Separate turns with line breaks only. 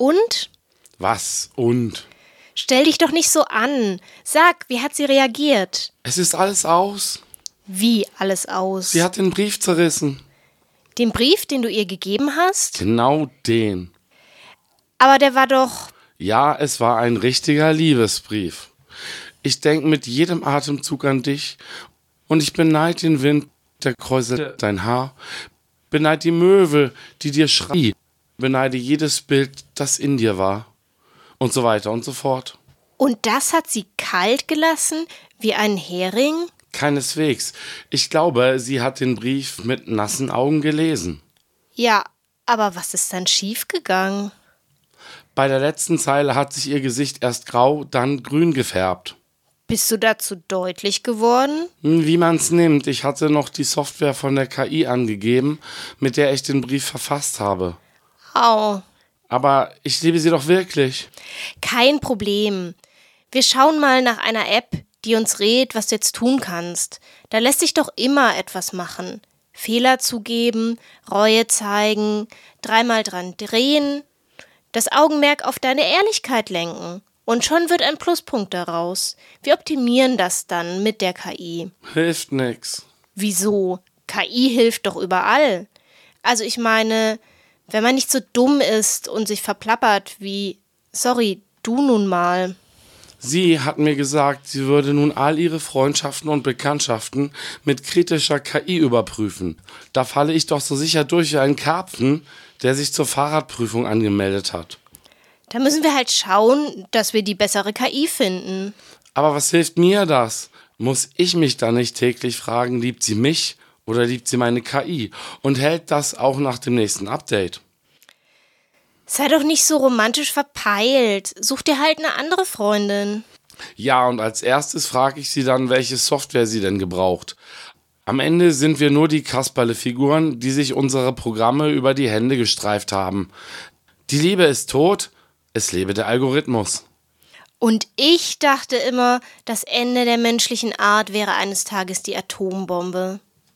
Und?
Was und?
Stell dich doch nicht so an. Sag, wie hat sie reagiert?
Es ist alles aus.
Wie alles aus?
Sie hat den Brief zerrissen.
Den Brief, den du ihr gegeben hast?
Genau den.
Aber der war doch.
Ja, es war ein richtiger Liebesbrief. Ich denke mit jedem Atemzug an dich und ich beneid den Wind, der kräuselt dein Haar. Beneid die Möwe, die dir schrie. Beneide jedes Bild, das in dir war. Und so weiter und so fort.
Und das hat sie kalt gelassen, wie einen Hering?
Keineswegs. Ich glaube, sie hat den Brief mit nassen Augen gelesen.
Ja, aber was ist dann schiefgegangen?
Bei der letzten Zeile hat sich ihr Gesicht erst grau, dann grün gefärbt.
Bist du dazu deutlich geworden?
Hm, Wie man's nimmt, ich hatte noch die Software von der KI angegeben, mit der ich den Brief verfasst habe.
Au.
Aber ich liebe sie doch wirklich.
Kein Problem. Wir schauen mal nach einer App, die uns rät, was du jetzt tun kannst. Da lässt sich doch immer etwas machen. Fehler zugeben, Reue zeigen, dreimal dran drehen, das Augenmerk auf deine Ehrlichkeit lenken. Und schon wird ein Pluspunkt daraus. Wir optimieren das dann mit der KI.
Hilft nix.
Wieso? KI hilft doch überall. Also ich meine, wenn man nicht so dumm ist und sich verplappert wie, sorry, du nun mal.
Sie hat mir gesagt, sie würde nun all ihre Freundschaften und Bekanntschaften mit kritischer KI überprüfen. Da falle ich doch so sicher durch wie ein Karpfen, der sich zur Fahrradprüfung angemeldet hat.
Da müssen wir halt schauen, dass wir die bessere KI finden.
Aber was hilft mir das? Muss ich mich da nicht täglich fragen, liebt sie mich oder liebt sie meine KI? Und hält das auch nach dem nächsten Update?
Sei doch nicht so romantisch verpeilt. Such dir halt eine andere Freundin.
Ja, und als erstes frage ich sie dann, welche Software sie denn gebraucht. Am Ende sind wir nur die Kasperle-Figuren, die sich unsere Programme über die Hände gestreift haben. Die Liebe ist tot, es lebe der Algorithmus.
Und ich dachte immer, das Ende der menschlichen Art wäre eines Tages die Atombombe.